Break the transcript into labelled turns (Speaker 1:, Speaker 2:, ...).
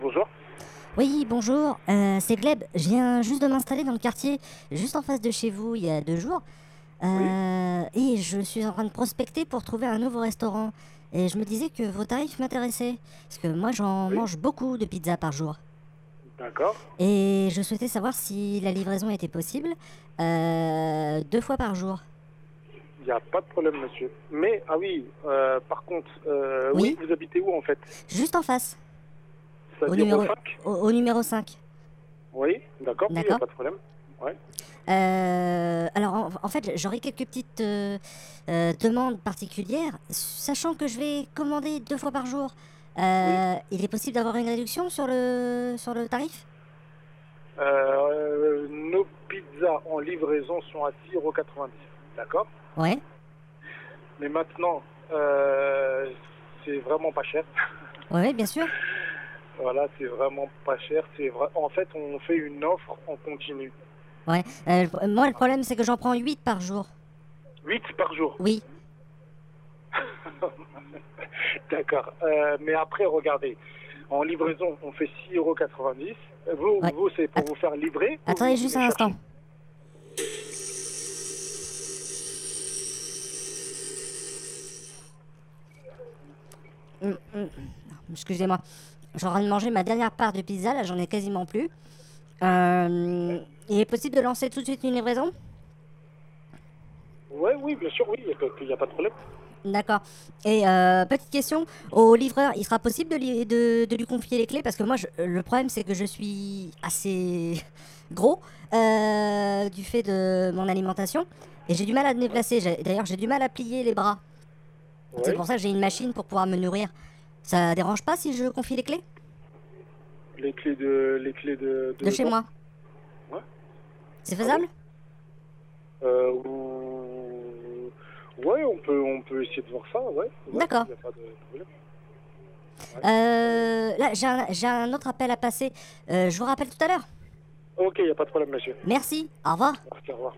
Speaker 1: Bonjour.
Speaker 2: Oui, bonjour, euh, c'est Gleb. Je viens juste de m'installer dans le quartier, juste en face de chez vous, il y a deux jours. Euh, Et je suis en train de prospecter pour trouver un nouveau restaurant. Et je me disais que vos tarifs m'intéressaient, parce que moi j'en
Speaker 1: Oui.
Speaker 2: mange beaucoup de pizza par jour.
Speaker 1: D'accord.
Speaker 2: Et je souhaitais savoir si la livraison était possible euh, deux fois par jour.
Speaker 1: Il n'y a pas de problème, monsieur. Mais, ah oui, euh, par contre, euh,
Speaker 2: Oui.
Speaker 1: oui. vous habitez où en fait
Speaker 2: Juste en face, Au
Speaker 1: C'est-à-dire
Speaker 2: numéro-
Speaker 1: au 5
Speaker 2: au, au numéro 5.
Speaker 1: Oui, d'accord, oui, il n'y a
Speaker 2: D'accord.
Speaker 1: pas de problème.
Speaker 2: Euh, alors, en, en fait, j'aurais quelques petites euh, euh, demandes particulières, sachant que je vais commander deux fois par jour. Euh, Il est possible d'avoir une réduction sur le, sur le tarif
Speaker 1: Euh, nos pizzas en livraison sont à 6,90 euros. D'accord
Speaker 2: Ouais.
Speaker 1: Mais maintenant, euh, c'est vraiment pas cher.
Speaker 2: Ouais, ouais, bien sûr.
Speaker 1: Voilà, c'est vraiment pas cher. C'est vra- En fait, on fait une offre en continu.
Speaker 2: Euh, le- moi, le problème, c'est que j'en prends 8 par jour.
Speaker 1: 8 par jour.
Speaker 2: Oui.
Speaker 1: D'accord. Euh, mais après, regardez. En livraison, on fait 6,90 euros. Vous,
Speaker 2: Ouais.
Speaker 1: vous c'est pour vous faire livrer ou
Speaker 2: Attendez
Speaker 1: vous
Speaker 2: juste un
Speaker 1: voulez
Speaker 2: instant. Hum, hum. Excusez-moi. J'ai en train de manger ma dernière part de pizza, là j'en ai quasiment plus. Euh, il est possible de lancer tout de suite une livraison
Speaker 1: chercher Ouais, oui, bien sûr, oui, il n'y a, pas- il y a pas de problème.
Speaker 2: D'accord. Et euh, petite question, au livreur, il sera possible de, lui- de- de lui confier les clés Parce que moi, je- le problème, c'est que je suis assez gros euh, du fait de mon alimentation. Et j'ai du mal à me déplacer. J'ai- D'ailleurs, j'ai du mal à plier les bras. C'est
Speaker 1: Ouais.
Speaker 2: pour ça que j'ai une machine pour pouvoir me nourrir. Ça dérange pas si je confie les clés
Speaker 1: Les clés de. Les clés de.
Speaker 2: de chez moi
Speaker 1: Euh, Ouais. Ah
Speaker 2: C'est faisable
Speaker 1: Euh, ou- ouais, on peut, on peut essayer de voir ça, ouais. Ouais,
Speaker 2: D'accord.
Speaker 1: Il n'y a pas de problème.
Speaker 2: Euh, Là, j'ai un, j'ai un autre appel à passer. Euh, je vous rappelle tout à l'heure.
Speaker 1: Ok, il n'y a pas de problème, monsieur.
Speaker 2: Merci. Au revoir.
Speaker 1: Merci, au revoir.